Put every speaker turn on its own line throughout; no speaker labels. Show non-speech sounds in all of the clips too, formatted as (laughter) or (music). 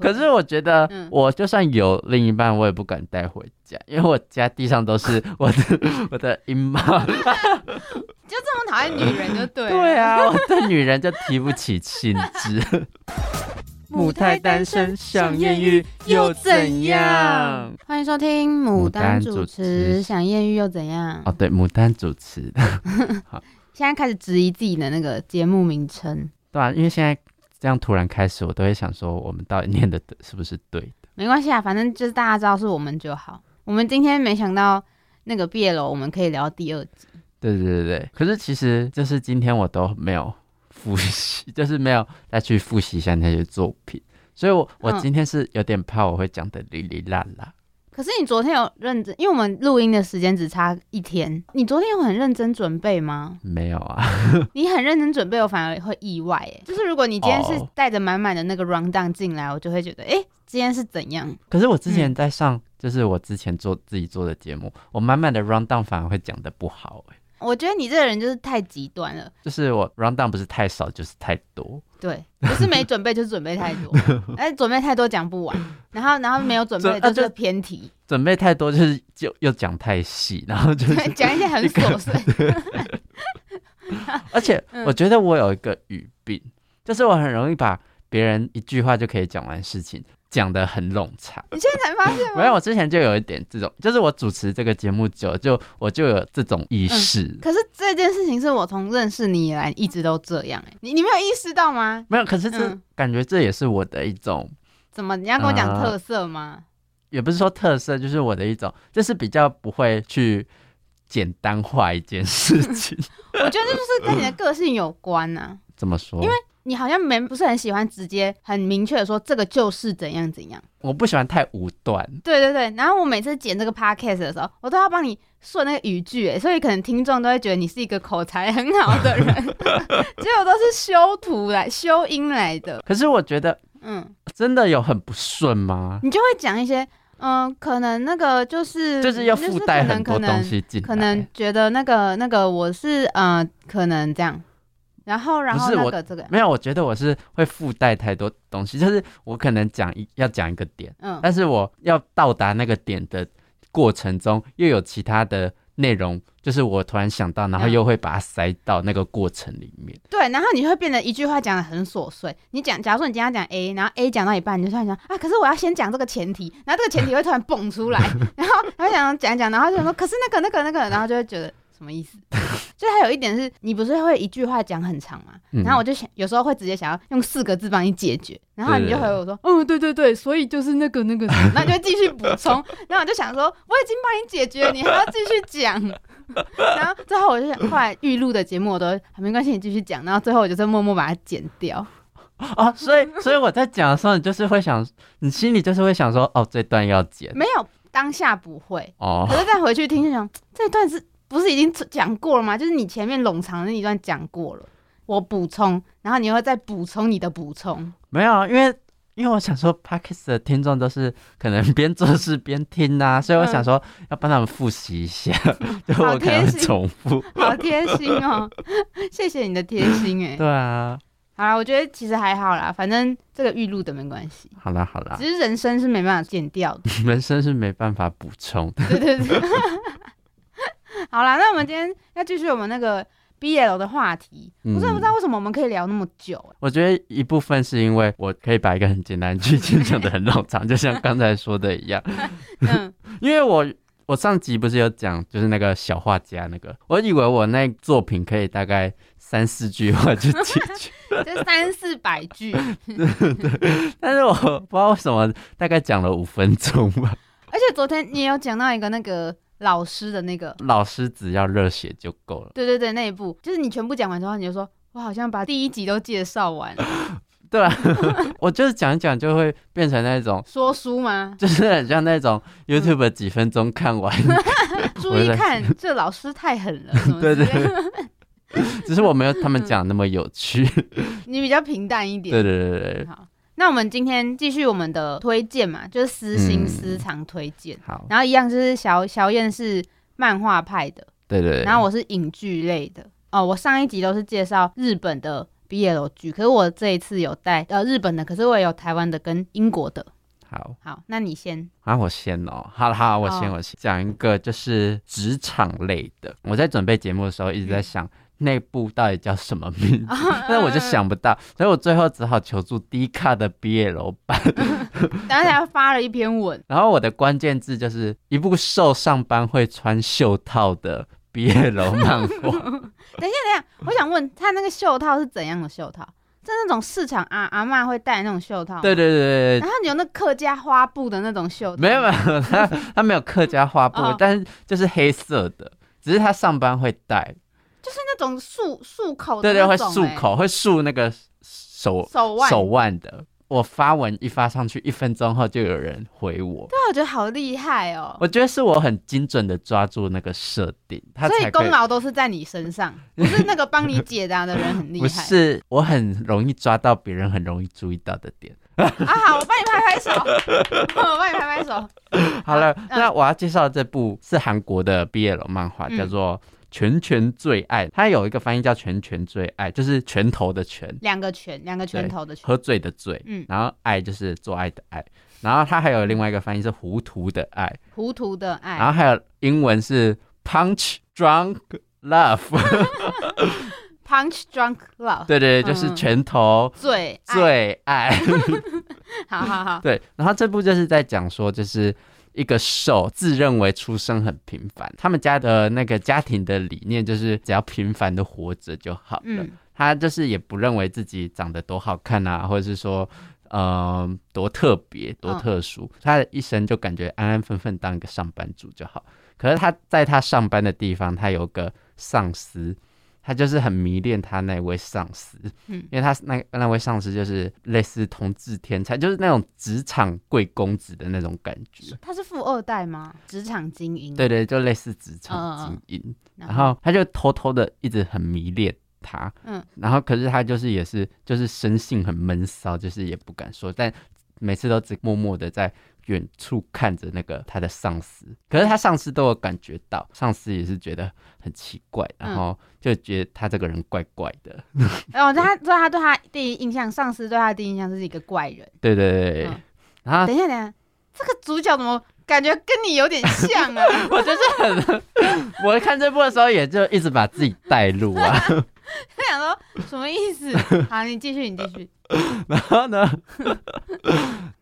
可是我觉得
嗯，
我就算有另一半，我也不敢带回家，因为我家地上都
(laughs)
是我的我的阴毛。
就这么讨厌女人就对
(laughs)
了。
对啊，我对女人就提不起兴致。
(laughs) 母胎单身想艳遇又怎样？欢迎收听《牡丹主
牡丹主持
持想艳遇又怎样》
哦，对，牡丹主持， (laughs)
现在开始质疑自己的那个节目名称，
对啊，因为现在这样突然开始，我都会想说，我们到底念的是不是对的？
没关系啊，反正就是大家知道是我们就好。我们今天没想到那个毕业楼，我们可以聊第二集，
对对对对。可是其实就是今天我都没有复习， (laughs) 就是没有再去复习一下那些作品，所以我我
嗯
今天是有点怕我会讲的哩哩啦啦。
可是你昨天有认真，因为我们录音的时间只差一天，你昨天有很认真准备 (laughs) 吗？
没有啊， (laughs)
你很认真准备，我反而会意外哎。就是如果你今天是
哦
带着满满的那个 round down 进来，我就会觉得哎、诶今天是怎样？
可是我之前在上，就是我之前做自己做的节目，我满满的 round down 反而会讲的不好、欸，
我觉得你这个人就是太极端了，
就是我 round down 不是太少，就是太多，
对，不是没准备就是准备太多，哎，准备太多讲不完，然后然后没有准备
准啊
的就
就是
偏题，
准备太多就是就又讲太细，然后就是
对，讲一些很琐碎，
而且
嗯
我觉得我有一个语病，就是我很容易把别人一句话就可以讲完事情，讲得很冗长。
你现在才发现吗？
没有，我之前就有一点这种，就是我主持这个节目久了，就我就有这种意识。
可是这件事情是我从认识你以来一直都这样、哎，你你没有意识到吗？
没有，可是这、
嗯
感觉这也是我的一种，
怎么你要跟我讲
啊
特色吗？
也不是说特色，就是我的一种，就是比较不会去简单化一件事
(laughs)
情。
我觉得这就是跟你的个性有关呐、
怎么说？
因为你好像没不是很喜欢直接很明确的说这个就是怎样怎样，
我不喜欢太武断。
对对对。然后我每次剪这个 podcast 的时候，我都要帮你顺那个语句，哎所以可能听众都会觉得你是一个口才很好
(laughs)
的人，结果都是修图来修音来的，
可是我觉得
嗯，
真的有很不顺吗？
你就会讲一些，嗯、可能那个嗯就是
就是要附带很多
可能可
东
能
西进来。
可能觉得那个那个我是呃，可能这样，然后然后
不是
那
我
个这个，
没有，我觉得我是会附带太多东西，就是我可能讲一要讲一个点，
嗯，
但是我要到达那个点的过程中，又有其他的内容，就是我突然想到，然后
嗯
又会把它塞到那个过程里面。
对，然后你会变得一句话讲的很琐碎。你讲，假如说你今天要讲 A，然后 A 讲到一半，你就突然想啊，可是我要先讲这个前提，然后这个前提会突然蹦出来，然后然后讲讲讲，然后就说可是那个那个那个，然后就会觉得什么意思？ (laughs) 就还有一点是你不是会一句话讲很长嘛，
嗯
然后我就想有时候会直接想要用四个字帮你解决，然后你就
对
回我说，嗯，对对对，所以就是那个那个
(laughs)
什么，那你就继续补充，然后我就想说我已经帮你解决了，你还要继续讲。 (laughs) 然后最后我就想，后来预录的节目我都啊没关系，你继续讲。然后最后我就是默默把它剪掉。
哦，所以所以我在讲的时候，你就是会想，你心里就是会想说，哦，这段要剪
没有当下不会，
哦，
可是再回去听就想，这段是不是已经讲过了吗？就是你前面冗长的那一段讲过了，我补充，然后你又再补充你的补充。
没有啊，因为。因为我想说 p a c k e s 的听众都是可能边做事边听呐、所以我想说要帮他们复习一下， (laughs) 就
嗯好
我可能
贴
会
心
重复。
好贴心哦，谢谢你的贴心哎、
对啊，
好啦，我觉得其实还好啦，反正这个预录的没关系，
好啦好啦
只，是人生是没办法剪掉
(laughs)
的。
人生是没办法补充 (laughs) 的。
对对对。 (laughs) 好啦，那我们今天要继续我们那个 BL 的话题。
嗯
我真的不知道为什么我们可以聊那么久、欸
我觉得一部分是因为我可以把一个很简单的剧情讲得很冗长，就像刚才说的一样， (laughs)
嗯， (laughs)
因为我。我上集不是有讲，就是那个小画家那个，我以为我那作品可以大概三四句话就解决， (laughs)
这三四百句，
但是我不知道为什么大概讲了五分钟吧。 (laughs)
而且昨天你也有讲到一个那个老师的那个，
老师只要热血就够了，
对对对，那一部就是你全部讲完之后，你就说我好像把第一集都介绍完了，
对吧、我就是讲一讲就会变成那种， (laughs)
说书吗？
就是很像那种 YouTube 几分钟看完
注意看，这老师太狠了，什么之
对
类
(laughs) 对
的。
对，只是我没有他们讲那么有趣。
你比较平淡一点。嗯
对对对对对，
好，那我们今天继续我们的推荐嘛，就是私心
嗯
私藏推荐。
好，
然后一样就是小小燕是漫画派的，
对对对。
然后我是影剧类的。哦，我上一集都是介绍日本的 BL 剧，可是我这一次有带呃日本的，可是我也有台湾的跟英国的。
好
好，那你先。
啊，我先哦，好了好，我先
哦
我先讲一个就是职场类的。我在准备节目的时候一
嗯
直在想那部到底叫什么名
哦
字，但是我就想不到，所以我最后只好求助 D 卡的 BL 版。
然后他发了一篇文，
然后我的关键字就是一部受上班会穿袖套的
(laughs)
BL 漫画。
等一下，等一下，我想问他那个袖套是怎样的袖套？是那种市场阿阿嬷会戴的那种袖套吗？
对对对对对。
然后你有那客家花布的那种袖套，
没有没有，他他没有客家花布，
哦
但是就是黑色的，只是他上班会戴，
就是那种束束口的
对
那
对，
种、
会
欸，
束、口，会束那个手
手腕。
手腕的。我发文一发上去，一分钟后就有人回我。
对，我觉得好厉害哦。
我觉得是我很精准的抓住那个设定，他
所
才
以
可
功
以。
劳都是在你身上，不是那个帮你解答的人很
(laughs)
厉
不
害。
是，我很容易抓到别人很容易注意到的
(laughs)
点。
啊，好，我帮你拍拍手，我帮你拍拍手。
好了，
嗯
那我要介绍的这部是韩国的 BL 漫画，
嗯
叫做《拳拳最爱》，它有一个翻译叫“拳拳最爱”，就是拳头的拳，
两个拳，两个拳头的拳。
喝醉的醉，
嗯，
然后爱就是做爱的爱，然后它还有另外一个翻译是糊涂的爱，
糊涂的爱。
然后还有英文是 punch drunk love，
(laughs) Punch drunk love，
对对对，就是拳头
最嗯爱。
最爱，
好好好，
对。然后这部就是在讲说，就是一个受自认为出生很平凡，他们家的那个家庭的理念就是只要平凡的活着就好了。
嗯，
他就是也不认为自己长得多好看啊，或者是说。嗯，多特别，多
嗯
特殊，他的一生就感觉安安分分当一个上班族就好。可是他在他上班的地方，他有个上司，他就是很迷恋他那位上司，
嗯
因为他那那位上司就是类似同志天才，就是那种职场贵公子的那种感觉。
他是富二代吗？职场精英。
对对，就类似职
嗯嗯
场
嗯
精英。然后他就偷偷的一直很迷恋他，
嗯
嗯，然后可是他就是也是就是生性很闷骚，就是也不敢说，但每次都只默默的在远处看着那个他的上司，可是他上司都有感觉到，上司也是觉得很奇怪，
嗯
然后就觉得他这个人怪怪的，
然后哦他对他对他第一印象，上司对他的第一印象是一个怪人。
对对对对，
嗯
然后
等一下，等一下，这个主角怎么感觉跟你有点像啊？ (laughs)
我就是很，我看这部的时候也就一直把自己带入啊，
我想说什么意思？好，你继续，你继续。
(laughs) 然后呢，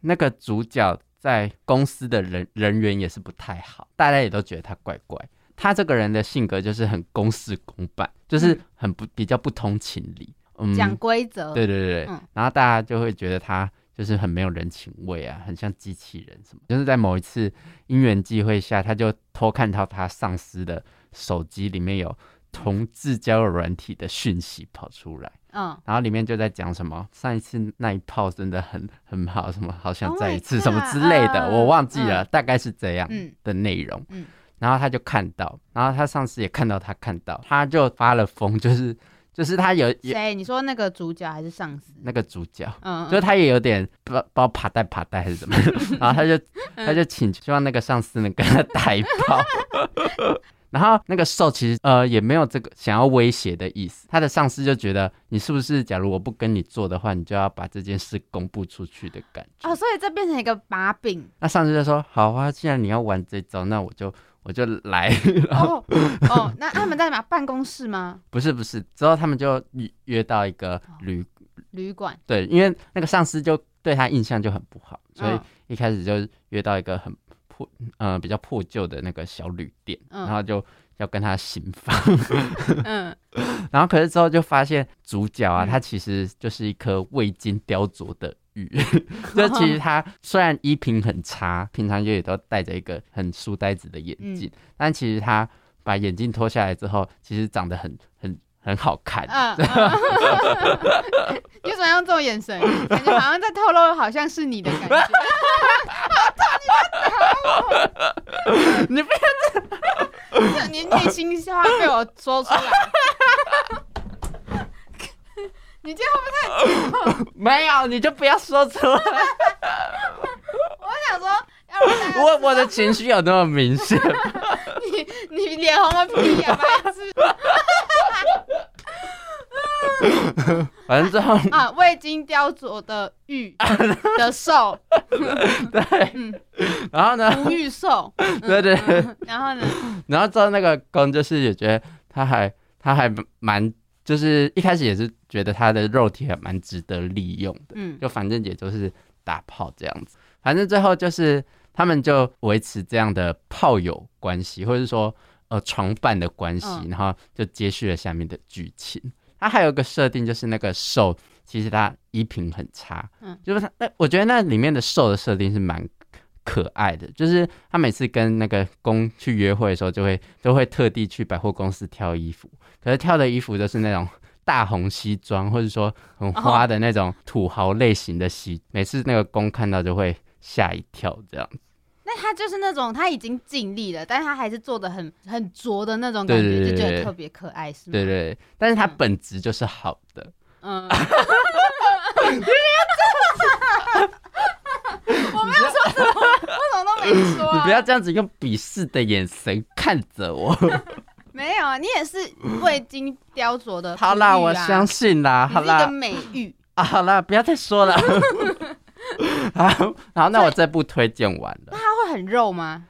那个主角在公司的人人缘也是不太好，大家也都觉得他怪怪。他这个人的性格就是很公事公办，就是很不比较不通情理。嗯，
讲规则，
对对对对，
嗯
然后大家就会觉得他就是很没有人情味啊，很像机器人什么。就是在某一次因缘际会下，他就偷看到他上司的手机里面有同志交友软体的讯息跑出来。
嗯，
然后里面就在讲什么上一次那一炮真的很很好，什么好想
Oh
再
my
一次
God，
什么之类的，
嗯
我忘记了，大概是这样
嗯
的内容。
嗯
然后他就看到，然后他上司也看到他看到，他就发了疯，就是就是他有有
谁？你说那个主角还是上司？
那个主角。
嗯，
就是他也有点不知道不知道爬带爬带还是怎么样，然后他就他就请希望那个上司能跟他打一炮。 (laughs) 然后那个兽其实呃也没有这个想要威胁的意思，他的上司就觉得你是不是假如我不跟你做的话，你就要把这件事公布出去的感觉。
哦，所以这变成一个把
(laughs)
柄
那上司就说好啊，既然你要玩这招，那我就我就来。 (laughs)
哦哦，那他们在哪办公室吗？
不是不是，之后他们就约约到一个旅
旅馆？
对，因为那个上司就对他印象就很不好，所以
嗯
一开始就约到一个很破，呃，比较破旧的那个小旅店，
嗯
然后就要跟他行房，
嗯，
(laughs) 然后可是之后就发现主角啊，
嗯
他其实就是一颗未经雕琢的玉， (laughs) 就其实他虽然衣品很差，平常就也都戴着一个很书呆子的眼镜，
嗯
但其实他把眼镜脱下来之后，其实长得很很很好看，
嗯，嗯 (laughs) 你为什么要用这种眼神？感觉好像在透露，好像是你的感觉。
你不
要这， (laughs) 你内心话被我说出来。 (laughs) 你这样
(laughs) 没有你就不要说出来。
(laughs) 我想说，要不然
我我的情绪有那么明显？
(laughs) 你你脸红个屁呀、白痴！
我反正最后 (laughs)
啊，未经雕琢的玉的兽，
对， (laughs)
嗯，
然后呢，
无欲兽， (laughs) 嗯
对对对
嗯然后呢，
然后之后那个公就是也觉得他还他还蛮，就是一开始也是觉得他的肉体还蛮值得利用的，
嗯，
就反正也就是打炮这样子，反正最后就是他们就维持这样的炮友关系，或者是说呃床伴的关系，
嗯
然后就接续了下面的剧情。它还有一个设定就是那个兽，其实它衣品很差，
嗯
就是它那我觉得那里面的兽的设定是蛮可爱的，就是他每次跟那个公去约会的时候，就会都会特地去百货公司挑衣服，可是挑的衣服都是那种大红西装，或者说很花的那种土豪类型的西，每次那个公看到就会吓一跳，这样。
那他就是那种他已经尽力了，但是他还是做的很很拙的那种感
对
觉，
对对
就觉
对
得特别可爱，是吗？
对对对，但是它
嗯
本质就是好的， (laughs)
嗯， (laughs) 我没有说什么，我什么都没说、
你
啊。
不要这样子用鄙视的眼神看着
(laughs)
我。
没有啊，你也是未经雕琢的、啊
好啦，我相，信啦，
你是
好
一个
啦，
美玉。
啊，好啦，不要再说了。 (laughs) 好，好，那我这部推荐完了。
它会很肉吗？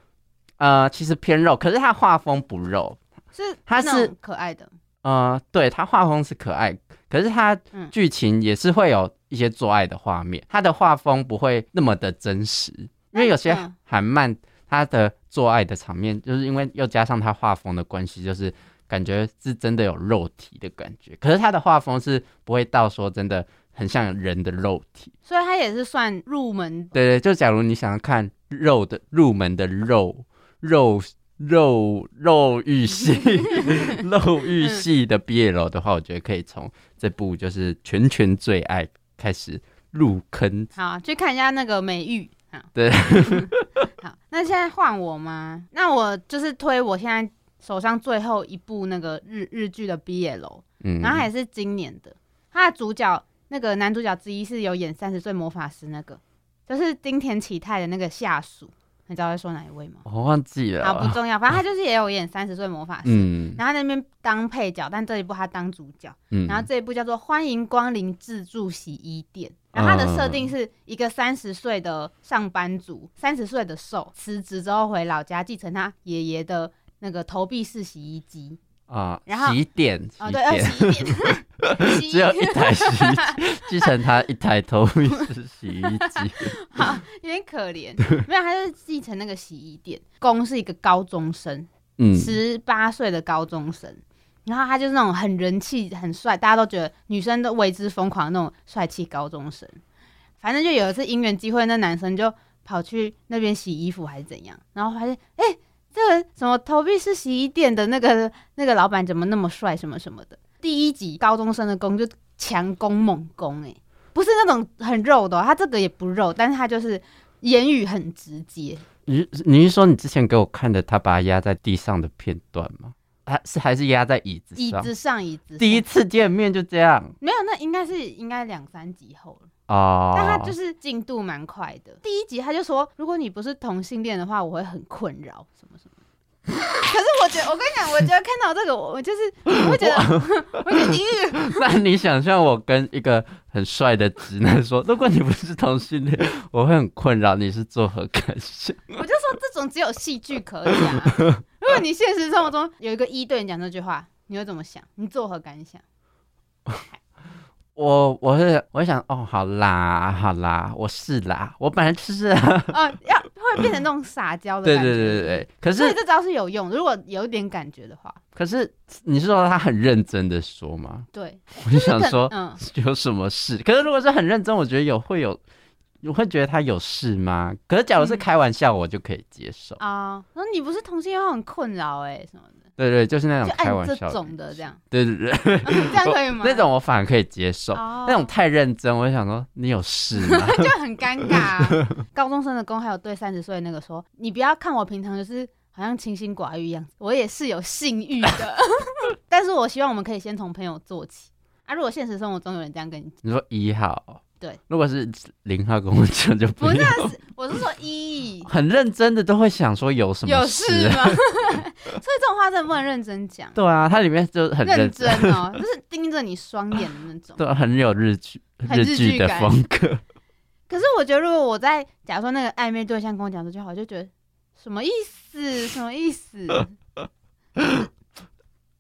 呃，其实偏肉，可是它画风不肉。
是
它
那种
是
可爱的，
呃，对，它画风是可爱，可是它
嗯
剧情也是会有一些做爱的画面，它的画风不会那么的真实，因为有些
嗯
韩漫它的做爱的场面，就是因为又加上它画风的关系，就是感觉是真的有肉体的感觉，可是它的画风是不会到说真的很像人的肉体。
所以它也是算入门。
对对，就假如你想要看肉的入门的肉肉肉肉欲系
(laughs)
肉欲系的 BL 的话，我觉得可以从这部就是《全全最爱》开始入坑。
好，去看一下那个美玉。好，
对
(laughs) 好，那现在换我吗？那我就是推我现在手上最后一部那个日日剧的 BL，
嗯，
然后还是今年的，它的主角那个男主角之一是有演《三十岁魔法师》那个，就是丁田启泰的那个下属，你知道在说哪一位吗？
我忘记
好，不
了。
重要，反正他就是也有演《三十岁魔法师》
啊嗯
然后他在那边当配角，但这一部他当主角。
嗯，
然后这一部叫做《欢迎光临自助洗衣店》，然后它的设定是一个三十岁的上班族，三十岁的瘦辞职之后回老家继承他爷爷的那个投币式洗衣机。
啊，
然后
洗点洗
哦，对，呃，
点，
洗衣店， (laughs) 洗
只有一
衣
台洗衣
(laughs)
机，继承他一台头一是洗衣机。
好，有点可怜，没有，他就是继承那个洗衣店。公是一个高中生， (laughs)
嗯，
十八岁的高中生，然后他就是那种很人气、很帅，大家都觉得女生都为之疯狂的那种帅气高中生。反正就有一次因缘机会，那男生就跑去那边洗衣服还是怎样，然后发现哎、诶这个什么投币式洗衣店的那个 (laughs) 那个老板怎么那么帅，什么什么的。第一集高中生的攻就强攻猛攻、诶，不是那种很肉的哦、他这个也不肉，但是他就是言语很直接，
你你是说你之前给我看的他把他压在地上的片段吗？还是还是啊压在椅子
椅
上？
子上椅子上。
第一次见面就这样
没有，那应该是应该两三集后了。
哦。
但他就是进度蛮快的。第一集他就说，如果你不是同性恋的话，我会很困扰什么
(laughs)
什么。可是我觉得，我跟你讲，我觉得看到这个，我我就是我会觉得，
哦
(laughs) 我会觉得，
(laughs)
咦
那你想象我跟一个很帅的直男说，如果你不是同性恋， (laughs) 我会很困扰，你是作何感想？
我就说这种只有戏剧可以
(laughs)
啊。如果你现实生活中有一个一对你讲这句话，你会怎么想？你作何感
(laughs)
想？
我我是我会想哦，好啦好啦，我是啦，我本来就是、啊，
啊，要会变成那种撒娇的
对
感觉。
对对对对。可
所以
是
这招是有用，如果有点感觉的话，
可是你是说他很认真的说吗？
对，
我就想
可
说，
嗯，
(laughs) 有什么事？可是如果是很认真，我觉得有会有，我会觉得他有事吗？可是假如是
嗯
开玩笑，我就可以接受。
啊、那你不是同性恋会很困扰哎、什么的，
对对，就是那
就
种开
按
玩
这
笑，
种的这样， (laughs)
对对对，
这样可以吗？
那种我反而可以接受。
哦
那种太认真，我就想说你有事吗？ (laughs)
就很尴尬、啊。高中生的公还有对三十岁那个说：“你不要看我平常就是好像清心寡欲一样，我也是有性
(laughs)
欲的，但是我希望我们可以先从朋友做起。”啊，如果现实生活中有人这样
(laughs)
跟你讲，
你说一号，
对，
如果是零号跟我讲就不
不是啊
要，
我是说
(laughs)
一
很认真的都会想说有什么
有
事啊
事？吗？ (laughs) 所以这种话真的不能认真讲，
对啊，它里面就很
认
认
真哦，就是盯着你双眼的那种。
(laughs) 对啊，很有日剧
很日剧
剧的
感
风格。
可是我觉得，如果我在假如说那个暧昧对象跟我讲这句话，我就觉得什么意思？什么意思？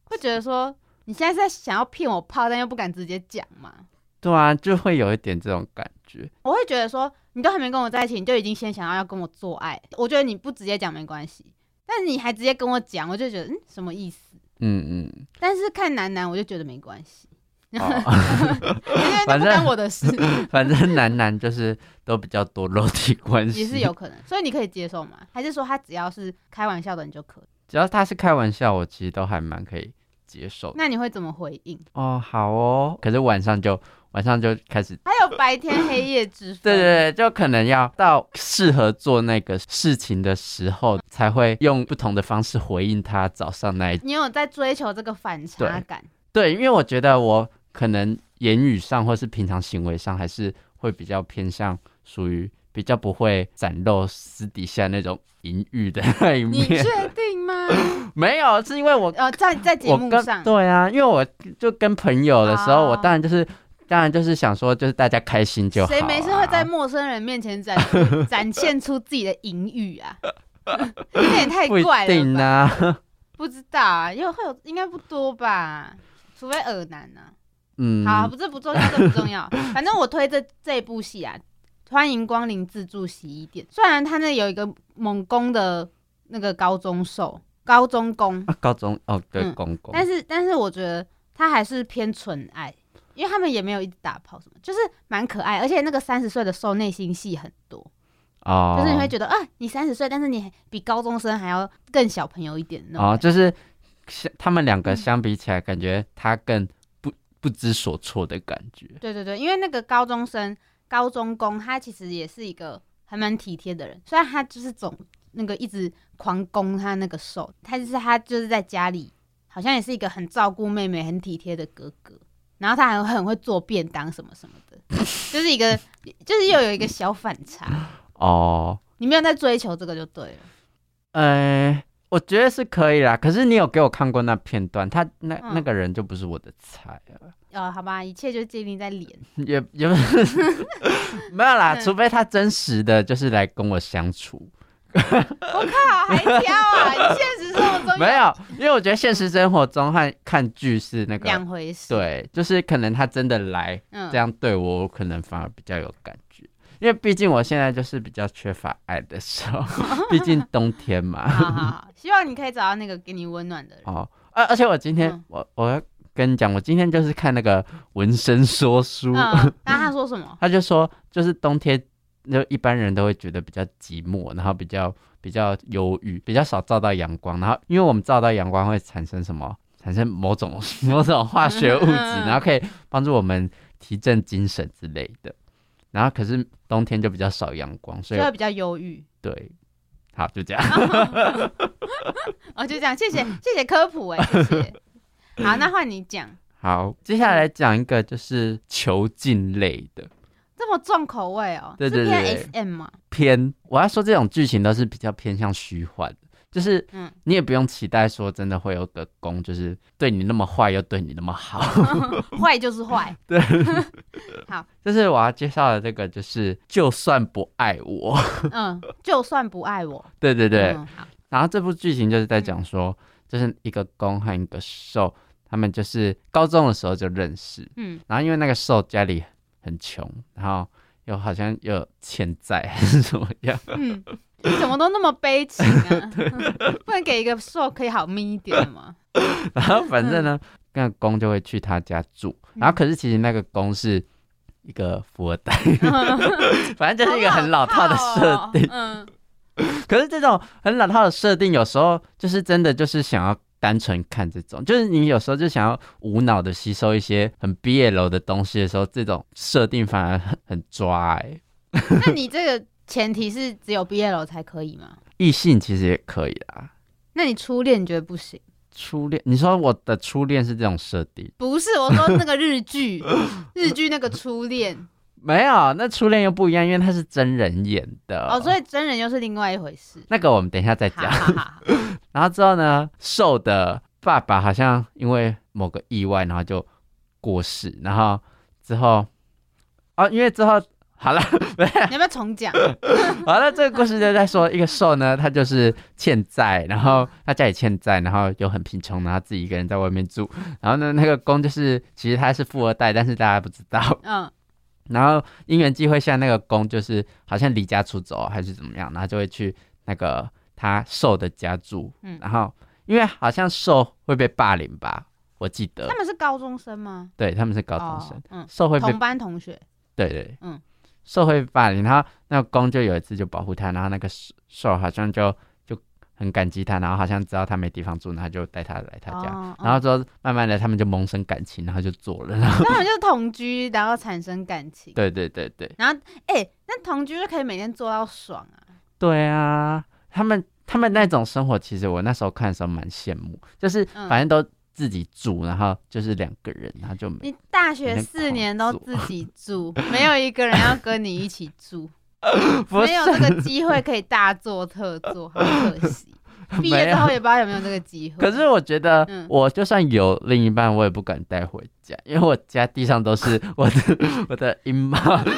会觉得说你现在是在想要骗我泡，但又不敢直接讲嘛？
对啊，就会有一点这种感觉。
我会觉得说你都还没跟我在一起，你就已经先想要要跟我做爱，我觉得你不直接讲没关系，但你还直接跟我讲，我就觉得嗯什么意思？
嗯嗯，
但是看男男，我就觉得没嗯关系，
哦
(laughs) 因为那
反
不
正
干我的事，
反正男男就是都比较多肉体关系，
也是有可能。所以你可以接受吗？还是说他只要是开玩笑的你就可以？
只要他是开玩笑，我其实都还蛮可以接受的。
那你会怎么回应？
哦，好哦，可是晚上就晚上就开始，
还有白天黑夜之分。
(laughs) 对对对，就可能要到适合做那个事情的时
嗯
候，才会用不同的方式回应他早上那一。
你有在追求这个反差
(laughs)
感，
对，因为我觉得我可能言语上或是平常行为上，还是会比较偏向属于比较不会展露私底下那种淫欲的 (laughs) 那一
你
面。
确定 (laughs) 吗？
没有，是因为我
呃，在在节
我
目
跟
上，
对啊，因为我就跟朋友的时候，我
哦
当然就是当然就是想说，就是大家开心就好、啊。
谁没事会在陌生人面前展 (laughs) 展现出自己的淫欲啊？ (laughs) 这也太
不一
怪了
定
吧？
啊，
不知道啊，因为会有应该不多吧，除非耳男啊。
嗯，
好，不这不重要，这不重要。反正我推这这一部戏啊，欢迎光临自助洗衣店。虽然他那有一个猛攻的那个高中兽、高中攻，
啊，高中哦，对，
嗯
公公，
但是但是我觉得他还是偏纯爱，因为他们也没有一直打炮什么，就是蛮可爱。而且那个三十岁的兽内心戏很多，
哦，
就是你会觉得啊，你三十岁，但是你比高中生还要更小朋友一点那种
哦，
感觉。
就是相他们两
嗯
个相比起来，感觉他更不不知所措的感觉。
对对对，因为那个高中生高中工，他其实也是一个还蛮体贴的人，虽然他就是总那个一直狂攻他那个手，他就是他就是在家里好像也是一个很照顾妹妹、很体贴的哥哥，然后他还很会做便当什么什么的，就是一个就是又有一个小反差，
哦，
你没有在追求这个就对了。
呃，我觉得是可以啦。可是你有给我看过那片段，他那、
嗯
那个人就不是我的菜啊，
呃，好吧，一切就建立在脸。
(laughs) 也也不是
(laughs)
没有啦，
嗯
除非他真实的就是来跟我相处，
我靠，还挑啊！你现实生活中
没有，因为我觉得现实生活中和看剧是那个
两回事。
对，就是可能他真的来
嗯
这，样对我，我可能反而比较有感觉，因为毕竟我现在就是比较缺乏爱的时候，
(laughs)
毕竟冬天嘛。
好好好，希望你可以找到那个给你温暖的人。
哦，而、而且我今天、
嗯
我我要跟你讲，我今天就是看那个纹身说书，
嗯，
(laughs)
那他说什么？
他就说就是冬天就一般人都会觉得比较寂寞，然后比较比较忧郁，比较少照到阳光，然后因为我们照到阳光会产生什么？产生某种 (laughs) 某种化学物质，
嗯
然后可以帮助我们提振精神之类的。然后可是冬天就比较少阳光，所
就
以
会比较忧郁。 (laughs)
对，好就这样。
哦，就这样，谢谢
嗯
谢谢科普哎、谢谢。好，那换你讲，
好，接下来讲一个就是囚禁类的，
这么重口味哦、
对对
是
对
偏 SM 嘛？
偏我要说这种剧情都是比较偏向虚幻的，就是
嗯
你也不用期待说真的会有个攻，就是对你那么坏又对你那么好。 (laughs)
坏就是坏，
就是我要介绍的这个，就是就算不爱我，
嗯，就算不爱我，
对对对。
嗯好
然后这部剧情就是在讲说，就是一个攻和一个受，他们就是高中的时候就认识，
嗯，
然后因为那个受家里很穷，然后又好像又有欠债还是怎么样，
嗯，怎么都那么悲
(laughs)
情啊？ (laughs) 不能给一个瘦可以好眯一点
(laughs)
的吗？
然
嗯
后反正呢，那个公就会去他家住，然后可是其实那个公是一个富二代，
(laughs)
反正就是一个很老套的设定。
好老套哦，
可是这种很老套的设定，有时候就是真的就是想要单纯看这种，就是你有时候就想要无脑的吸收一些很 BL 的东西的时候，这种设定反而很很抓哎、
嗯，那你这个前提是只有 BL 才可以吗？
异性其实也可以啦，
那你初恋你觉得不行？
初恋，你说我的初恋是这种设定。 (laughs)
不是，我说那个日剧，日剧那个初恋，
没有，那初恋又不一样，因为他是真人演的
哦，所
以
以真人又是另外一回事。
那个我们等一下再
好
讲。
好好好，
然后之后呢，瘦的爸爸好像因为某个意外，然后就过世。然后之后，哦，因为之后好了， (laughs)
(laughs) 你要不要重讲？
好了，这个故事就在说一个瘦呢，他就是欠债，然后他家里欠债，然后又很贫穷，然后自己一个人在外面住。然后呢，那个公就是其实他是富二代，但是大家不知道。
嗯，
然后因缘际会下，那个公就是好像离家出走还是怎么样，然后就会去那个他受的家住。
嗯
然后因为好像受会被霸凌吧，我记得
他，们是高中生吗？
对他们是呃高中生，
哦，
受会
嗯，
被
同班同学，
对对，
嗯，
受会被霸凌。然后那个公就有一次就保护他，然后那个受受好像就就很感激他，然后好像知道他没地方住，然后就带他来他家。
哦
然后之后慢慢的他们就萌生感情，然后就做了。然
(laughs)
后
嗯他们就是同居，然后产生感
(laughs)
情。
对对对对。
然后，哎、那同居就可以每天做到爽啊！
对啊，他们他们那种生活，其实我那时候看的时候蛮羡慕，就是
嗯
反正都自己住，然后就是两个人，然后就没
你大学四年都自己住， (laughs) 没有一个人要跟你一起住，
(laughs) 不
嗯没
是
有这个机会可以大做特做，好
(laughs)
可惜。毕业
没
之
有
后。也不知道有没有这个机会。
可是我觉得
嗯，
我就算有另一半，我也不敢带回家，因为我家地上都是我
(laughs)
的我的阴毛。
嗯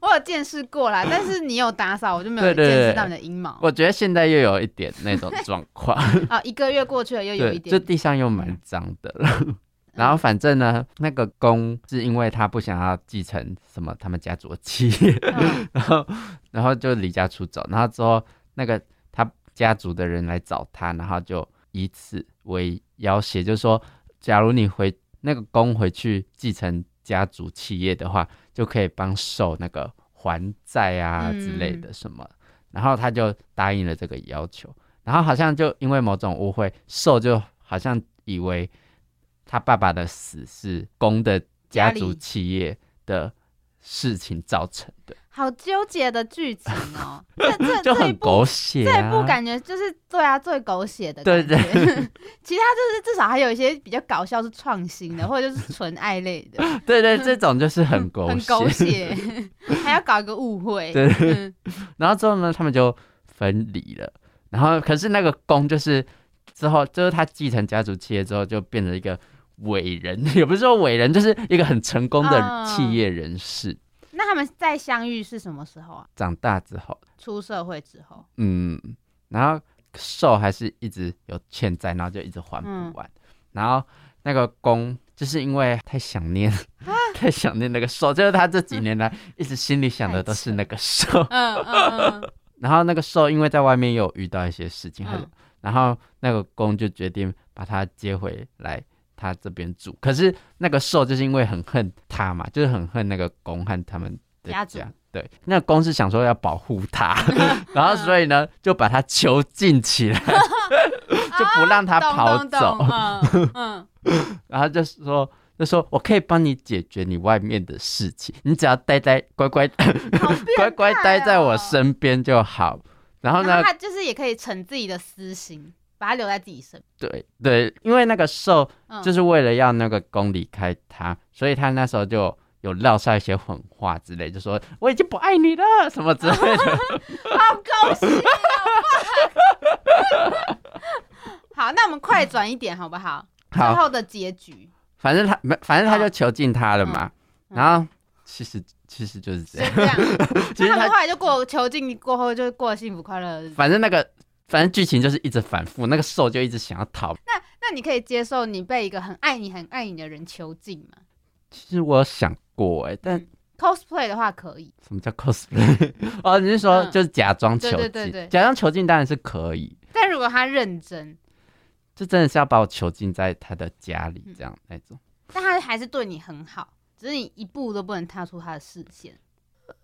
我有见识过啦，但是你有打扫，我就没有
对对
见
对
识到你的阴毛。
(laughs) 我觉得现在又有一点那种状况，
啊，一个月过去 (laughs) 了，又有
对，
一
就
点。嗯
地上又蛮脏的了。然后反正呢，那个公是因为他不想要继承什么他们家族的企业，
嗯
(laughs)
(laughs)
然后然后就离家出走，然后之后那个他家族的人来找他，然后就以此为要挟，就说假如你回那个公回去继承家族企业的话，就可以帮受那个还债啊
嗯
之类的什么，然后他就答应了这个要求，然后好像就因为某种误会，受就好像以为他爸爸的死是公的
家
家
里
族企业的事情造成的。
好纠结的剧情哦，这
就
这这一
很
部
狗血、
这
啊，
一部感觉就是对啊，最狗血的。
对对，
(laughs) 其他就是至少还有一些比较搞笑是创新的，或者就是纯爱类的，
对对，这种就是很 (laughs) 狗
嗯很狗血， (laughs) 还要搞一个误会。
对
嗯
(laughs) 然后之后呢，他们就分离了。然后可是那个公就是之后，就是他继承家族企业之后，就变成一个伟人， (laughs) 也不是说伟人，就是一个很成功的
嗯
企业人士。
那他们再相遇是什么时候啊？
长大之后，
出社会之后，
嗯，然后寿还是一直有欠债，然后就一直还不
嗯
完。然后那个公就是因为太想念，
啊
(laughs) 太想念那个寿，就是他这几年来一直心里想的都是那个寿。
嗯嗯嗯，
然后那个兽因为在外面有遇到一些事情，他就
嗯
然后那个公就决定把他接回来他这边住。可是那个兽就是因为很恨他嘛，就是很恨那个公和他们的
家
家。
族
对，那个公是想说要保护
(laughs)
他，然后所以呢就把他囚禁起
(laughs)
来，就不让 (laughs) 他跑
懂懂
走。
懂，嗯嗯，
然后就说就说我可以帮你解决你外面的事情，你只要待在乖乖
好变
乖
态
乖待在我
哦
身边就好。然后
然
呢
后，他就是也可以逞自己的私心，把它留在自己身嗯
对对，因为那个兽
边。
就是是为了要那个公离开他，所以他那时候就有撂下一些狠话之类，就说我已经不爱你了什么之类
(laughs)
的。
好狗血哦好，那我们快转一点好不好？最
好，
后的结局
反正他没，反正他就囚禁他了嘛。
嗯
然后其实其实就是这
就
样，
这样。
(laughs) 其
那
实
他们
他
后来就过囚禁过后，就过幸福快乐的日子。
反正那个反正剧情就是一直反复，那个兽就一直想要逃。
那你可以接受你被一个很爱你、很爱你的人囚禁吗
其实我有想过哎、但
嗯？cosplay 的话可以，
什么叫 cosplay？哦， (laughs) 你是说
嗯
就是假装囚
对
禁？
对对对
假装囚禁当然是可以，
但如果他认真，
就真的是要把我囚禁在他的家里
嗯
这样那种。
但他还是对你很好，只是你一步都不能踏出他的视线，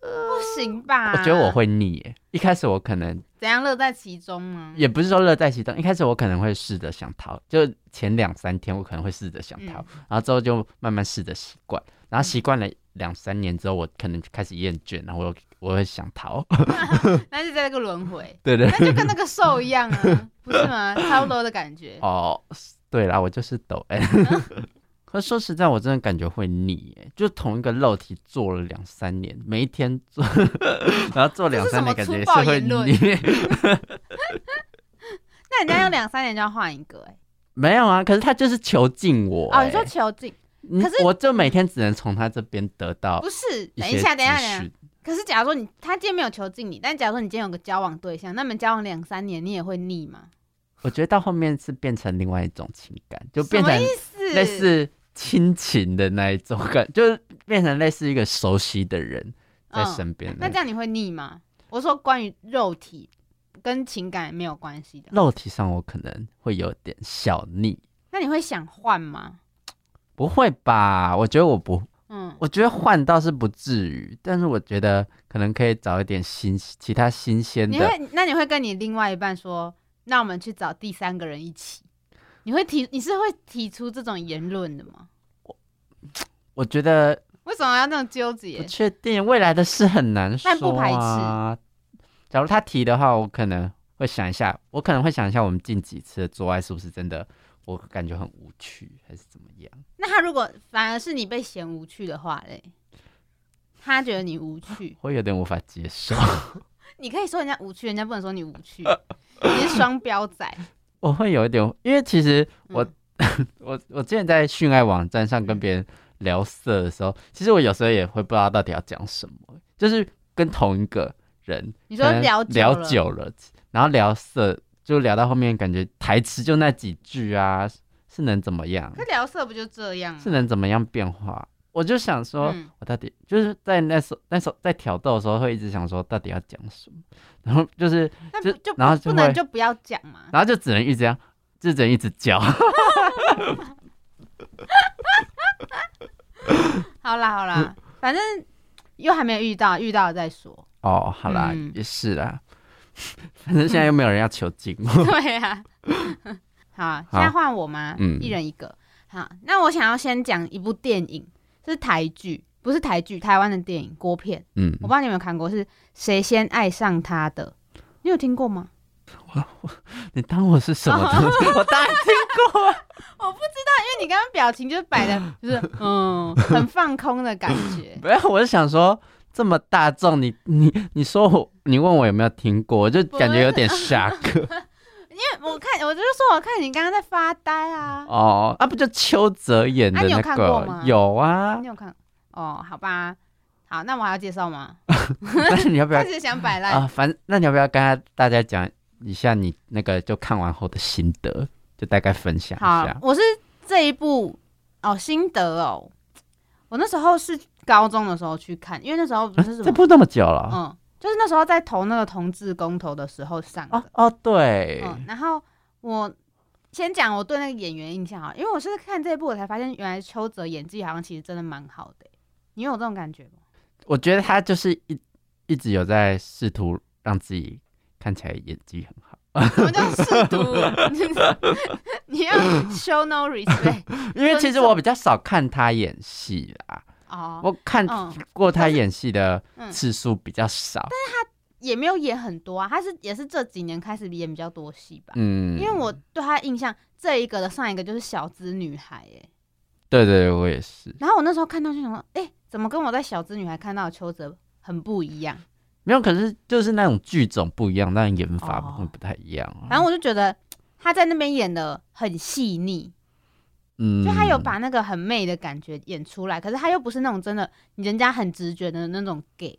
不行吧？
呃我觉得我会腻耶，一开始我可能
怎样乐在其中吗？
也不是说乐在其中，一开始我可能会试着想逃，就前两三天我可能会试着想
嗯
逃，然后之后就慢慢试着习惯，然后习惯了两三年之后，我可能就开始厌倦，然后我我会想
(laughs)
逃，
那就在那个轮回，
对 (laughs) 对
那就跟那个兽一
(laughs)
样啊，不是吗？差不多的感觉。
哦，对啦，我就是抖 M，哎 (laughs) 可说实在，我真的感觉会腻耶，就同一个肉体做了两三年，每一天做， (laughs) 然后做两三年，
这
感
是
觉也
什么粗暴
是会
言论
腻。 (laughs)
那人家用两三年就要换一个哎、
没有啊，可是他就是囚禁我
哦，
哎。
你说囚禁？
嗯
可是
我就每天只能从他这边得到
不是，
一
等
些
一下，等一下，
资
等一下。
讯
可是假如说你他今天没有囚禁你，但假如说你今天有个交往对象，那么交往两三年，你也会腻吗？
我觉得到后面是变成另外一种情感，就
什
变
么
成
意思？
类似亲情的那一种感， (laughs) 就是变成类似一个熟悉的人在
嗯
身边、
那这样你会腻吗？我说关于肉体跟情感没有关系的，
肉体上我可能会有点小腻，
那你会想换吗？
不会吧？我觉得我不，
嗯，
我觉得换倒是不至于，但是我觉得可能可以找一点新其他新鲜
你
的。
会那你会跟你另外一半说，那我们去找第三个人一起？你会提你是会提出这种言论的吗？
我觉得
为什么要那种纠
不
结？
确定未来的事很难说、啊，
但不排斥
假如他提的话，我可能会想一下，我可能会想一下，我们近几次的做爱是不是真的，我感觉很无趣，还是怎么样？
那他如果反而是你被嫌无趣的话嘞，他觉得你无趣，
(laughs) 会有点无法接受。 (laughs)
你可以说人家无趣，人家不能说你无趣，你是双标仔。
我会有一点，因为其实我、
嗯
(laughs) 我我之前在训爱网站上跟别人聊色的时候，其实我有时候也会不知道到底要讲什么，就是跟同一个人，
你说
可能
聊久
呃聊
了
久了，然后聊色，就聊到后面感觉台词就那几句啊，是能怎么样？
可聊色不就这样吗？
是能怎么样变化？我就想说，
嗯
我到底就是在那时候那时候在挑逗的时候，会一直想说到底要讲什么，然后就是
那
就
不就不
然后就
不能
会
就不要讲嘛？
然后就只能一直这样，就只能一直
(laughs)
叫。
好啦好啦，
嗯
反正又还没有遇到，遇到了再说。
哦，好啦，
嗯
也是啦， (laughs) 反正现在又没有人要求进
(laughs)
我。
对呀、啊，好，现在换我吗？
嗯
一人一个。好，那我想要先讲一部电影，是台剧，不是台剧，台湾的电影，国片。
嗯
我，不知道你有没有看过，是谁先爱上他的？你有听过吗？
你当我是什么东
(laughs)
西？我当然听过啊。
因为你刚刚表情就是摆 (laughs) 的，就是嗯，很放空的感觉。
没有，我是想说这么大众，你你你说我，你问我有没有听过，我就感觉有
(laughs)
点 shock
(laughs) 因为我看，我就说我看你刚刚在发呆啊。
哦。啊，不就邱泽演
啊
的
你有
那
看
个？
过吗
有啊
你，有看？哦，好吧，好，那我还要介绍吗？
但是你要不
(laughs)
要
开始想摆烂。
啊？反正那你要不要跟他大家讲一下你那个就看完后的心得，就大概分享一
好
下，。
我是这一部哦，心得哦，我那时候是高中的时候去看，因为那时候不是什
啊这
么，
不那么久了。
嗯，就是那时候在投那个同志公投的时候上的
哦，哦，对，
嗯，然后我先讲我对那个演员印象啊，因为我是看这一部我才发现，原来邱泽演技好像其实真的蛮好的欸、你有这种感觉
(laughs)
吗？
我觉得他就是一一直有在试图让自己看起来演技很好，
什么叫试图？你要 show
(laughs)
no respect
因为其实我比较少看他演戏啦，
哦，
我看
嗯，
过他演戏的
嗯
次数比较少。
也没有演很多啊，他是也是这几年开始演比较多戏吧。
嗯，
啊因为我对他的印象，这一个的上一个就是小资女孩、欸，
对对对，我也是，
然后我那时候看到就想说，哎、怎么跟我在小资女孩看到的邱泽很不一样？
没有，可是就是那种剧种不一样，但演法
哦
会不太一样啊。
反正我就觉得他在那边演的很细腻，
嗯，
就他有把那个很媚的感觉演出来，可是他又不是那种真的人家很直觉的那种 gay，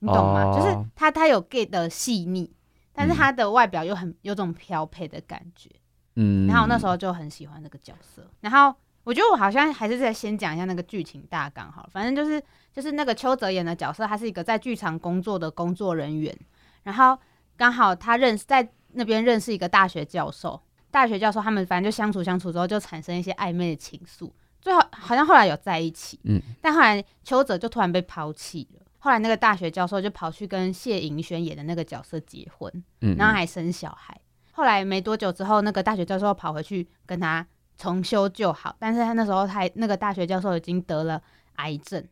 你懂吗？
哦
就是他他有 gay 的细腻，但是他的外表又很有种飘配的感觉。
嗯，
然后我那时候就很喜欢这个角色。然后我觉得我好像还是再先讲一下那个剧情大纲好了，反正就是就是那个邱泽演的角色，他是一个在剧场工作的工作人员，然后刚好他认识在那边认识一个大学教授，大学教授他们反正就相处相处之后就产生一些暧昧的情愫，最后好像后来有在一起，
嗯，
但后来邱泽就突然被抛弃了。后来那个大学教授就跑去跟谢盈萱演的那个角色结婚，
嗯，
然后还生小孩。后来没多久之后，那个大学教授跑回去跟他重修旧好，但是他那时候他那个大学教授已经得了癌症，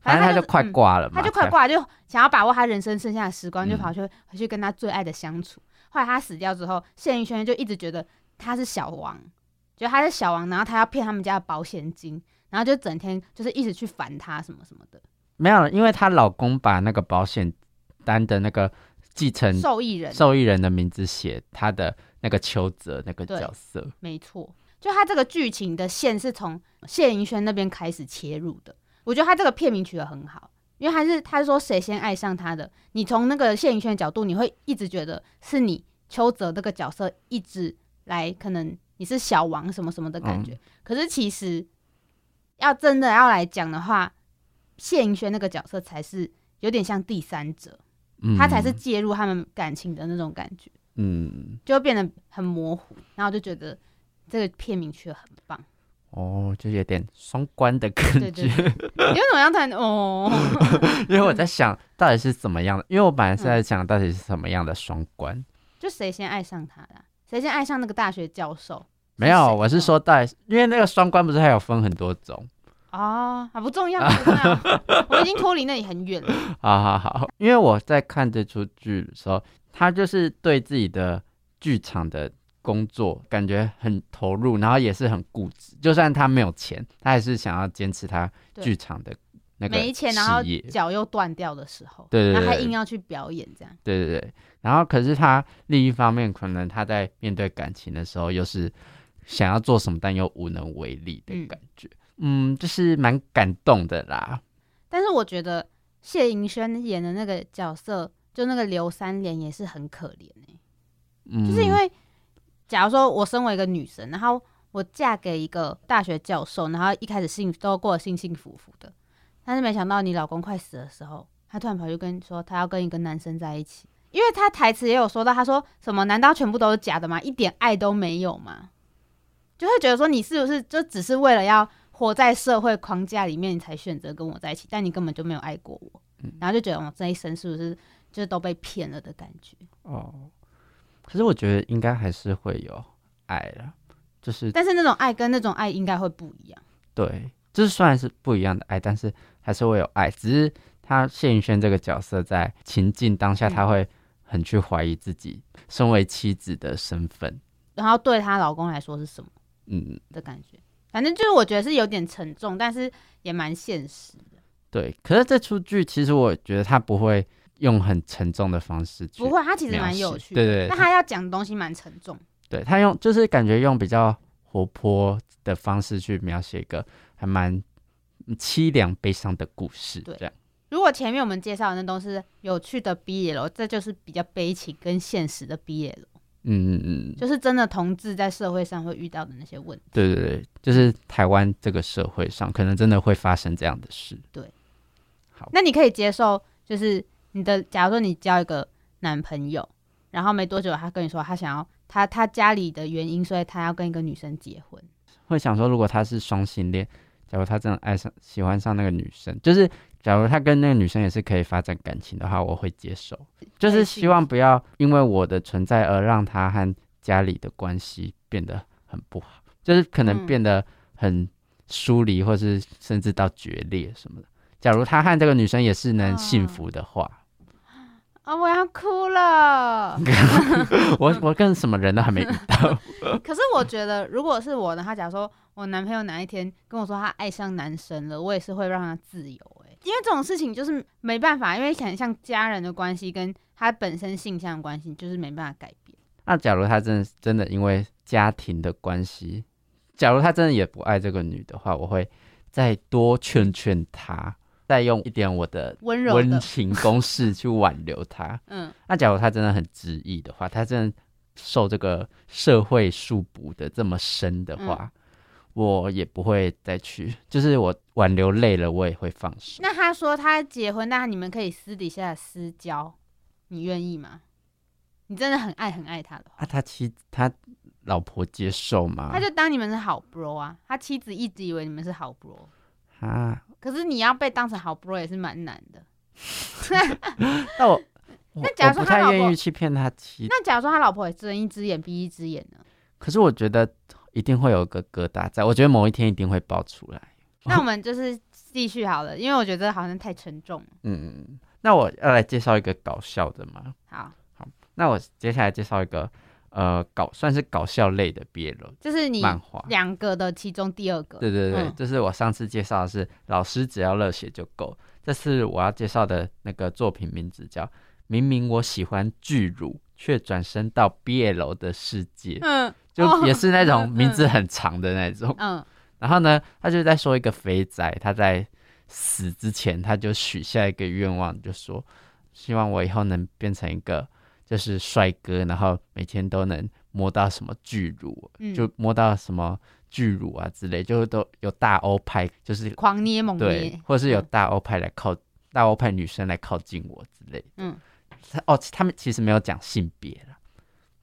反正他就快
嗯
挂了嘛，
他就快
才，
挂了，就想要把握他人生剩下的时光，就
嗯
跑去回去跟他最爱的相处。后来他死掉之后，谢盈萱就一直觉得他是小王，就他是小王，然后他要骗他们家的保险金，然后就整天就是一直去烦他什么什么的。
没有，因为她老公把那个保险单的那个继承
受益人啊
受益人的名字写她的那个邱泽那个
对
角色，
没错，就他这个剧情的线是从谢盈萱那边开始切入的。我觉得他这个片名取得很好，因为他是他说谁先爱上他的，你从那个谢盈萱的角度，你会一直觉得是你邱泽这个角色一直来，可能你是小王什么什么的感觉。可是其实要真的要来讲的话，谢盈萱那个角色才是有点像第三者，
嗯，
他才是介入他们感情的那种感觉。
嗯
就会变得很模糊，然后就觉得这个片名取得很棒。 (laughs)
哦，就有点双关的感
对
觉。
对对，你为什么要谈哦？ (laughs)
(laughs) 因为我在想到底是怎么样的，因为我本
嗯
来是在想到底是什么样的双关。
就谁先爱上他的啊、谁先爱上那个大学教授？
没
是
有，
谁嗯
我是说到底，因为那个双关不是还有分很多种。
哦，啊，不重要，不重要，
(laughs)
我已经脱离那里很远了。
好好好，因为我在看这出剧的时候，他就是对自己的剧场的工作感觉很投入，然后也是很固执。就算他没有钱，他还是想要坚持他
对
剧场的那个
没钱，然后
事业
脚又断掉的时候，
对对对
然后还
对
硬要去表演，这样
对对对，然后可是他另一方面，可能他在面对感情的时候，又是想要做什么，但又无能为力的
嗯
感觉。嗯就是蛮感动的啦。
但是我觉得谢盈萱演的那个角色，就那个刘三连也是很可怜欸
嗯，
就是因为，假如说我身为一个女生，然后我嫁给一个大学教授，然后一开始幸都过得幸幸福福的，但是没想到你老公快死的时候，他突然跑去跟你说他要跟一个男生在一起，因为他台词也有说到，他说什么难道全部都是假的吗？一点爱都没有吗？就会觉得说你是不是就只是为了要活在社会框架里面，你才选择跟我在一起，但你根本就没有爱过我，然后就觉得我哦这一生是不是就是都被骗了的感觉？
哦，可是我觉得应该还是会有爱啦，就是
但是那种爱跟那种爱应该会不一样。
对，就是虽然是不一样的爱，但是还是会有爱。只是他谢云轩这个角色在情境当下，
嗯
他会很去怀疑自己身为妻子的身份。
然后对她老公来说是什么
嗯，
的感觉？反正就是我觉得是有点沉重，但是也蛮现实的，
对，可是这出剧其实我觉得他不会用很沉重的方式去
不
描写，
会，它其实蛮有趣的。
对对
那
对
他要讲的东西蛮沉重，
对，他用就是感觉用比较活泼的方式去描写一个还蛮凄凉悲伤的故事，
对
这样。
如果前面我们介绍的那都是有趣的 BL，这就是比较悲情跟现实的 BL，
嗯嗯嗯，
就是真的同志在社会上会遇到的那些问题。
对对对，就是台湾这个社会上可能真的会发生这样的事。
那你可以接受，就是你的，假如说你交一个男朋友，然后没多久他跟你说他想要他他家里的原因，所以他要跟一个女生结婚，
会想说，如果他是双性恋，假如他真的爱上喜欢上那个女生，就是假如他跟那个女生也是可以发展感情的话，我会接受。就是希望不要因为我的存在而让他和家里的关系变得很不好，就是可能
嗯
变得很疏离，或是甚至到决裂什么的。假如他和这个女生也是能幸
啊
福的话，
啊、我要哭了。
我我跟什么人都还没遇到。
可是我觉得，如果是我呢，他假如说我男朋友哪一天跟我说他爱上男生了，我也是会让他自由、欸。因为这种事情就是没办法，因为想像家人的关系跟他本身性向的关系，就是没办法改变。
那假如他真的真的因为家庭的关系，假如他真的也不爱这个女的话，我会再多劝劝他，再用一点我的
温柔
温
的，
情攻势去挽留他。
嗯，
那假如他真的很执意的话，他真的受这个社会束缚的这么深的
嗯
话，我也不会再去，就是我挽留累了，我也会放手。
那他说他结婚，那你们可以私底下私交，你愿意吗？你真的很爱很爱他的话，
啊，他妻他老婆接受吗？
他就当你们是好 bro 啊。他妻子一直以为你们是好 bro，
啊，
可是你要被当成好 bro 也是蛮难的。
那
(laughs)
我。我
那假如
我
说
不
他
太
老
愿
婆
意去骗他妻，
那假如说他老婆也睁一只眼闭一只眼呢？
可是我觉得一定会有个疙瘩在，我觉得某一天一定会爆出来。
那我们就是继续好了，因为我觉得好像太沉重了。
嗯，那我要来介绍一个搞笑的吗？
好，
那我接下来介绍一个，呃搞算是搞笑类的 BL
这是你
漫画。
两个的其中第二个，
对对对，
嗯
这是我上次介绍的是老师只要热血就够。这次我要介绍的那个作品名字叫《明明我喜欢巨乳，却转身到 BL 的世界》，
(laughs) 嗯
就也是那种
(laughs) 嗯嗯
名字很长的那种。
嗯，
然后呢，他就在说一个肥仔，他在死之前他就许下一个愿望，就说希望我以后能变成一个就是帅哥，然后每天都能摸到什么巨乳，
嗯
就摸到什么巨乳啊之类，就是都有大欧派，就是
狂捏猛
对
捏，，
或者是有大欧派来靠、大欧派女生来靠近我之类的。
嗯
他哦，他们其实没有讲性别啦，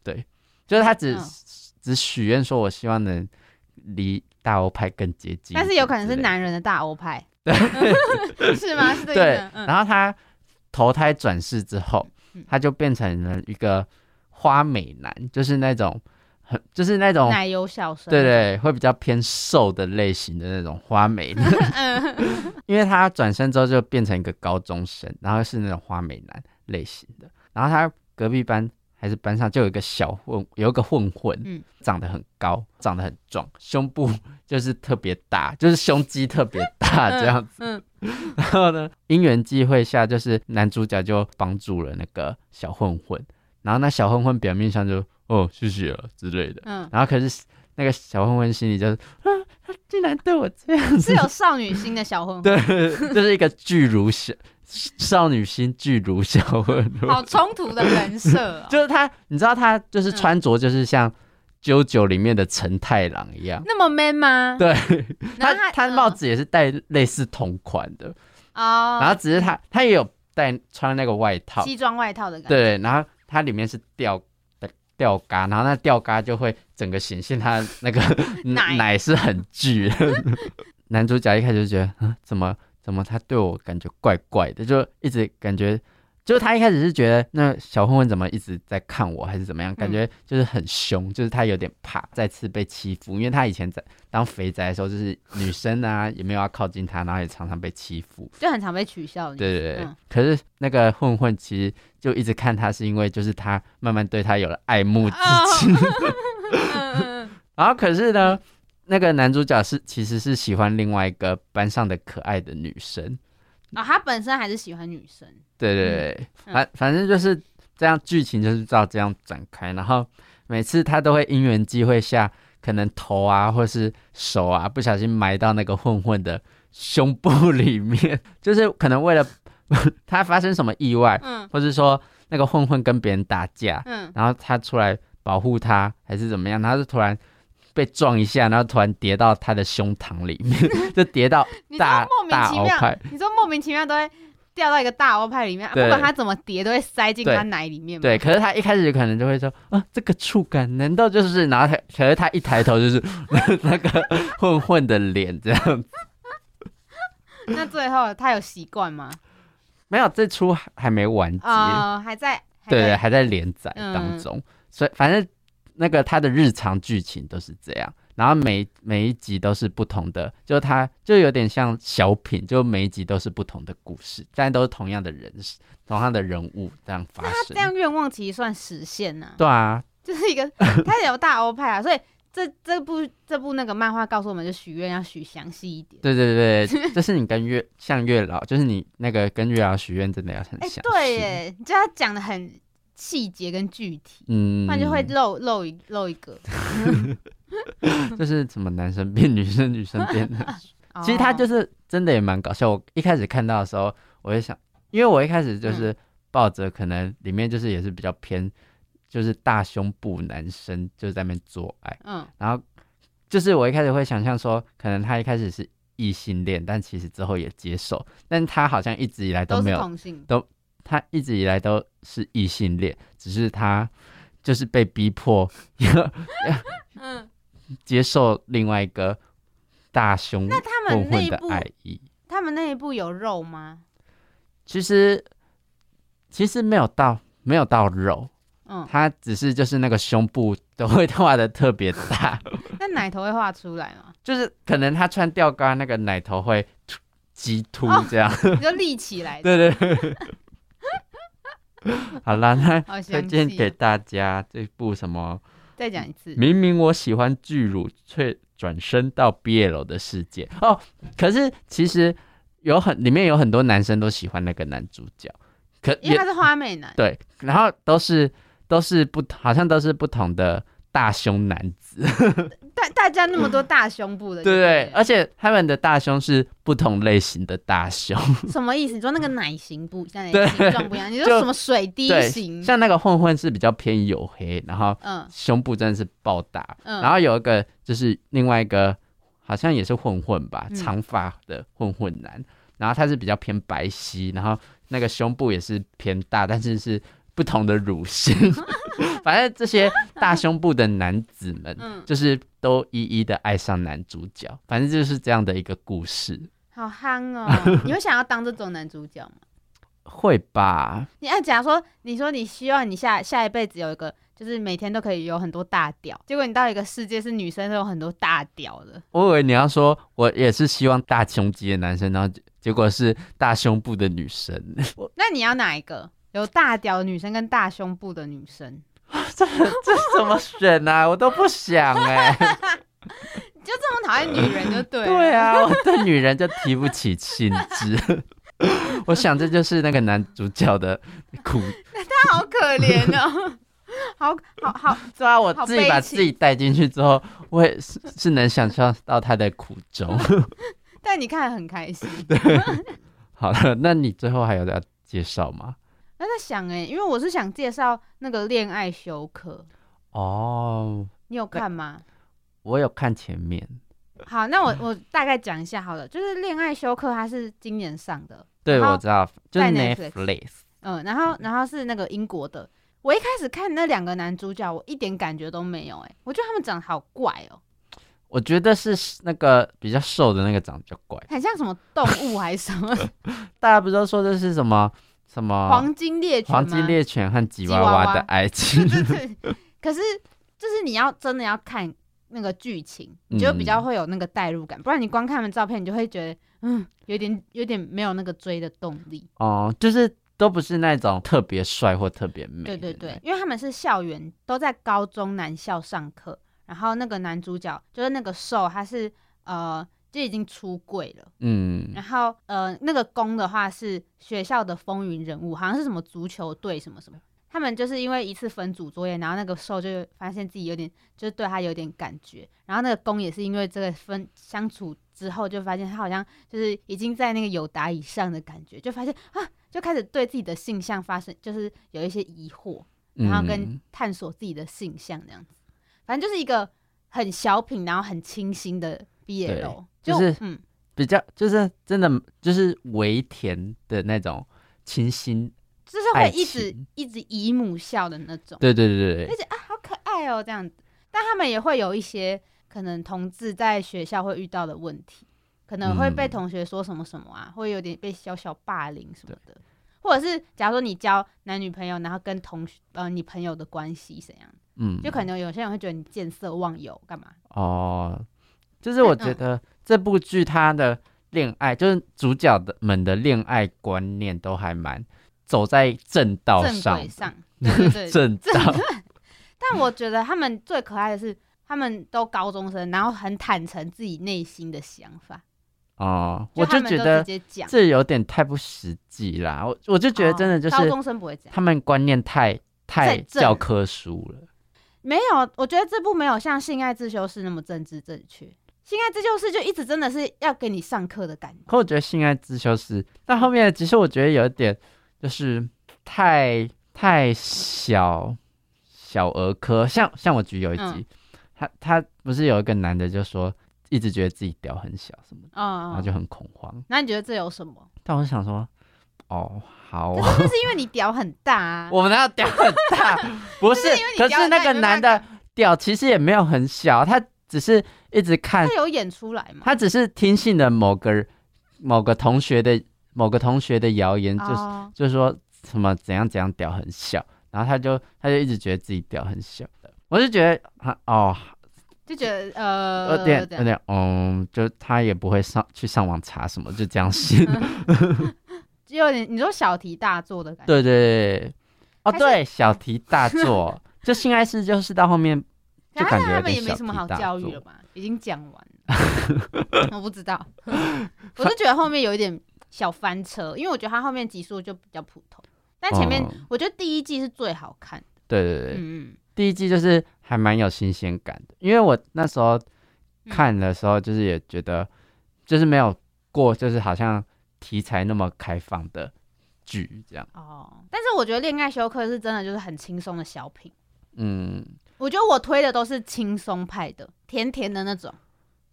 对，就是他只、
嗯
只许愿说，我希望能离大欧派更接近一点之类的，
但是有可能是男人的大欧
(laughs)
派，是吗？是这个意
对
思，嗯
然后他投胎转世之后
嗯，
他就变成了一个花美男，就是那种很就是那种
奶油小生，
对，对，会比较偏瘦的类型的那种花美男，
嗯
因为他转身之后就变成一个高中生，然后是那种花美男类型的。然后他隔壁班还是班上就有一个小混，有一个混混，
嗯
长得很高，长得很壮，胸部就是特别大，就是胸肌特别
(laughs)
大这样子。
嗯
然后呢，因缘际会下，就是男主角就帮助了那个小混混，然后那小混混表面上就哦谢谢了之类的， (laughs)
嗯，
然后可是那个小混混心里就是啊，他竟然对我这样子
是，有少女心的 (laughs) 小混混，
对，就是一个巨乳小少女心巨乳小混混，
好冲突的人设
(laughs)
哦，
就是他，你知道他就是穿着就是像《九九》里面的陈太郎一样。
那么 man 吗？
对
然后
他，他帽
嗯
子也是戴类似同款的，然后
哦，
只是他他也有戴穿那个外套，
西装外套的感觉，
对，然后它里面是吊的吊嘎，然后那吊嘎就会整个显现它那
(laughs)
个
奶
奶是很巨的。 (laughs) 男主角一开始就觉得，嗯，怎么怎么他对我感觉怪怪的，就一直感觉，就是他一开始是觉得那小混混怎么一直在看我，还是怎么
嗯
样，感觉就是很凶，就是他有点怕再次被欺负，因为他以前在当肥宅的时候，就是女生啊也没有要靠近他，然后也常常被欺负。
就很常被取笑。，
对对对，
嗯
可是那个混混其实就一直看他，是因为就是他慢慢对他有了爱慕
(laughs)
之
哦
情。
嗯嗯
(laughs) 然后可是呢，那个男主角是其实是喜欢另外一个班上的可爱的女生。
嗯，啊，他本身还是喜欢女生，
对对对，
嗯
反反正就是这样，剧情就是照这样展开。然后每次他都会因缘际会下，可能头啊或是手啊不小心埋到那个混混的胸部里面， (laughs) 就是可能为了 (laughs) 他发生什么意外，
嗯
或是说那个混混跟别人打架，
嗯，
然后他出来保护他，还是怎么样？他就突然被撞一下，然后突然跌到他的胸膛里面， (laughs) 就跌到
你说
大
莫名
大
其
鳌
妙，
派。
你说莫名其妙都会掉到一个大欧派里面，不
对
管他怎么叠，都会塞进
对
他奶里面嘛。
对，可是他一开始可能就会说啊，这个触感难道就是？然后他，可是他一抬头就是 (laughs) 那个混混的脸这样子。
那最后他有习惯吗？
没有，这出还还没完结，
啊、还在，嗯还
对对，
在
还在连载当中，所以反正那个他的日常剧情都是这样，然后每每一集都是不同的，就他就有点像小品，就每一集都是不同的故事，但都是同样的人，同样的人物这样发
这
生。
样愿望其实算实现呐、
对啊，
就是一个 (laughs) 他有大欧派啊，所以这这部这部那个漫画告诉我们，就许愿要许详细一点。
对对对， (laughs) 这是你跟月像月老，就是你那个跟月老许愿真的要很
哎、
详细。
对，耶，就要讲的很细节跟具体，
嗯，
不然就会漏漏一漏一个。
就是怎么男生变女生，女生
(laughs)
变男生。
哦
其实他就是是真的也蛮搞笑。我一开始看到的时候，我就想，因为我一开始
嗯
就是抱着可能里面就是也是比较偏，就是大胸部男生就在那边做爱，
嗯
然后就是我一开始会想象说，可能他一开始是异性恋，但其实之后也接受，但他好像一直以来都
都
没
是
有，
同性，
他一直以来都是异性恋，只是他就是被逼迫
嗯，
接受另外一个大胸
他
混
们
混
内
的
部
爱意。
他们内部有肉吗？
其实其实没有到没有到肉， (laughs)
嗯，
它只是就是那个胸部都会画的特别大， (laughs)
那奶头会画出来吗？
就是可能他穿吊嘎那个奶头会突急突
哦
这样，
就立起来的。
对对对。好啦，那
好详
推荐
细
给
哦
大家这部什么？
再讲一次，
明明我喜欢巨乳，却转身到 BL 的世界哦。可是其实有很里面有很多男生都喜欢那个男主角，可
因为
也
他是花美男，
对，然后都是都是不好像都是不同的大胸男子，
大大家那么多大胸部的，
对不对？
对
而且他们的大胸是不同类型的大胸，
了？什么意思？你说那个奶型不一样，
对
形状
(laughs)
不一样，你说
就
什么水滴
对
型，？
像那个混混是比较偏黝黑，然后
嗯
胸部真的是爆大，
嗯，
然后有一个就是另外一个好像也是混混吧，
嗯
长发的混混男，然后他是比较偏白皙，然后那个胸部也是偏大，但是是不同的乳型。反正这些大胸部的男子们，
嗯，
就是都一一的爱上男主角，反正就是这样的一个故事，
好
(laughs)
憨哦！你会想要当这种男主角吗？
会吧？
你按假如说，你说你希望你下下一辈子有一个，就是每天都可以有很多大屌，结果你到一个世界是女生都有很多大屌的，
我以为你要说，我也是希望大胸肌的男生，然后结结果是大胸部的女生，
那你要哪一个？有大屌的女生跟大胸部的女生，
这这怎么选啊？我都不想哎、
就这么讨厌女人就对了。
对啊，我对女人就提不起兴致。我想这就是那个男主角的苦，
好可怜哦， (laughs) 好好好，
对啊，我
好
自己
悲
把
情
自己带进去之后，我也是是能想象到他的苦衷。 (laughs)
但你看得很开心。
好了，那你最后还有要介绍吗？
那在想哎、因为我是想介绍那个恋爱休克，
哦，
你有看吗？
我有看前面，
好，那我我大概讲一下好了，就是恋爱休克，它是今年上的，
对
然后
我知道，就是
在
Netflix，
嗯，然后然后是那个英国的。我一开始看那两个男主角，我一点感觉都没有哎、我觉得他们长得好怪哦、
我觉得是那个比较瘦的那个长得比较怪。
很像什么动物还是
(laughs)
什么
大家不是都说这是什么什么
黄金猎犬吗？
啊黄
(laughs)
金猎犬和吉
吉
娃
娃
娃
娃
的爱情？
可是就是你要真的要看那个剧情，你就
嗯
比较会有那个代入感，不然你光看完照片，你就会觉得嗯，有点有点没有那个追的动力。
(laughs) 哦、就是都不是那种特别帅或特别美。
对对对，，因为他们是校园都在高中男校上课，然后那个男主角就是那个瘦，他是呃就已经出柜了，
嗯，
然后呃那个公的话是学校的风云人物，好像是什么足球队什么什么。他们就是因为一次分组作业，然后那个瘦就发现自己有点，就是对他有点感觉。然后那个公也是因为这个分相处之后，就发现啊他好像就是已经在那个有达以上的感觉，就发现啊，就开始对自己的性向发生，就是有一些疑惑。然后跟
嗯、
探索自己的性向这样子。反正就是一个很小品，然后很清新的 BL，
就
就是嗯，
比较就是真的就是微甜的那种清新，
就是
爱
会一直
情
一直姨母笑的那种，
对对对对
而
对，
且啊好可爱哦这样子。但他们也会有一些可能同志在学校会遇到的问题，可能会被
嗯
同学说什么什么啊，会有点被小小霸凌什么的。或者是，假如说你交男女朋友，然后跟同学呃你朋友的关系怎样，
嗯，
就可能有些人会觉得你见色忘友干嘛？
哦，就是
嗯
我觉得这部剧它的恋爱，就是主角的们的恋爱观念都还蛮走在正道
正
哦上
轨，上，对对对，
正
(laughs)
道，
但我觉得他们最可爱的是，他们都高中生，然后很坦诚自己内心的想法，
哦，我
他
就
们
觉
都
得
直接讲，
这有点太不实际啦，我我就觉得真的就
哦高
是
中生不会这样。
他们观念太太
太正
教科书了。
没有，我觉得这部没有像《性爱自修室》那么政治正确，《性爱自修室》就一直真的是要给你上课的感觉。
可我觉得性爱自修室到后面，其实我觉得有一点就是太太小小儿科，像像我举有一集，
嗯
他他不是有一个男的就说一直觉得自己屌很小什么的，然
嗯，
后
嗯
就很恐慌。
那你觉得这有什么？
但我就想说，哦，好
可
哦，
是那是因为你屌很大啊。
(laughs) 我们哪有屌很大？不是
就是因为，你
可
屌
是
很
那
大
个
你没
男
办
的屌其实也没有很小，他只是一直看
他有演出来吗？
他只是听信了某个某个同学的某个同学的谣言，就是、
哦
就说什么怎样怎样屌很小，然后他就他就一直觉得自己屌很小的。我就觉得他哦，
就觉得呃，
有点
这
有
样
点，嗯，就他也不会上去上网查什么，
(laughs)
就这样信。
就有点你说小题大做的感觉。
对对对，哦，
还是
对，小题大
(laughs)
做，就性爱事就是到后面就感觉
他
有
们
点
也没
小
什么
题
好
大
教育
做
了吧？已经讲完
(laughs)
了，我不知道，我是觉得后面有一点小翻车，因为我觉得它后面集数就比较普通，但前面
哦
我觉得第一季是最好看的，
对对对，
嗯
第一季就是还蛮有新鲜感的，因为我那时候
嗯
看的时候，就是也觉得就是没有过，就是好像题材那么开放的剧这样。
嗯，哦，但是我觉得《恋爱休克》是真的就是很轻松的小品，
嗯，
我觉得我推的都是轻松派的，甜甜的那种，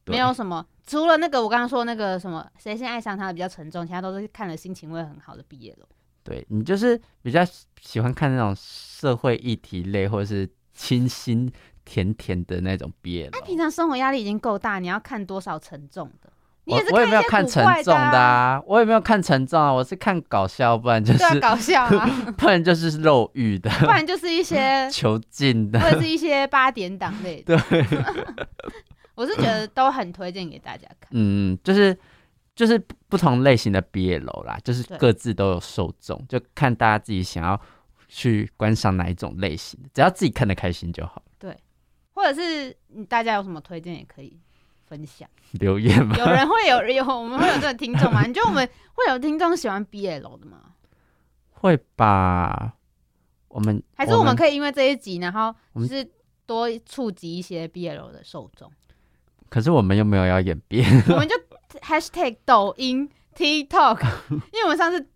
对
没有什么，除了那个我刚刚说那个什么谁先爱上他的比较沉重，其他都是看了心情会很好的毕业了。
对你就是比较喜欢看那种社会议题类或是清新甜甜的那种 BL。
啊平常生活压力已经够大，你要看多少沉重的？你
我
是
我也没有
看
看
一些
沉
古怪
重
的
的，啊，我也没有看沉重啊，我是看搞笑，不 (laughs) 然就
对啊，
是
搞笑啊，
不然就是肉欲
(laughs)
的、
不然就是一
(laughs)
些
囚禁的。
或者是一些八点档类的。 (laughs) 我是觉得都很推荐给大家看。
嗯，就是就是不不同类型的 BL 啦，就是
对
各自都有受众，就看大家自己想要去观赏哪一种类型，只要自己看得开心就好。
或者是你大家有什么推荐也可以
(laughs)
分享。
留言吧，
有人会有有我们会有这种听众吗？你觉得我们会有听众喜欢 BL 的吗？
(laughs) 会吧？我们
还是我们可以因为这一集，然后
我
就
们
是多触及一些 BL 的受众？
可是我们又没有要演 BL，
我们就 hashtag 抖音
(laughs)
TikTok，因为我们上次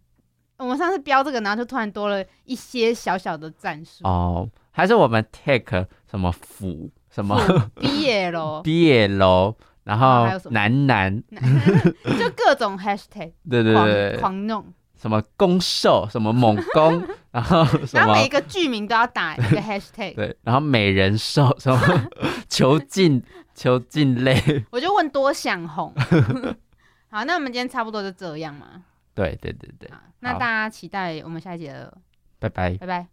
我们上次标这个，然后就突然多了一些小小的战术。
(laughs) 哦，还是我们 take 什么腐什么，
毕业喽
BL，然
后
后
还有什么
男男，
就各种 hashtag
对对
狂
对，
狂弄，
什么攻受，什么猛攻， (laughs) 然后什
然后
么
每一个剧名都要打一个 hashtag。
对，然后美人兽什么 (laughs) 囚禁囚禁类，
我就问多想红。
(laughs)
好，那我们今天差不多就这样嘛。
对对对对，
好，那
好
大家期待我们下一节了，
拜拜。
拜拜。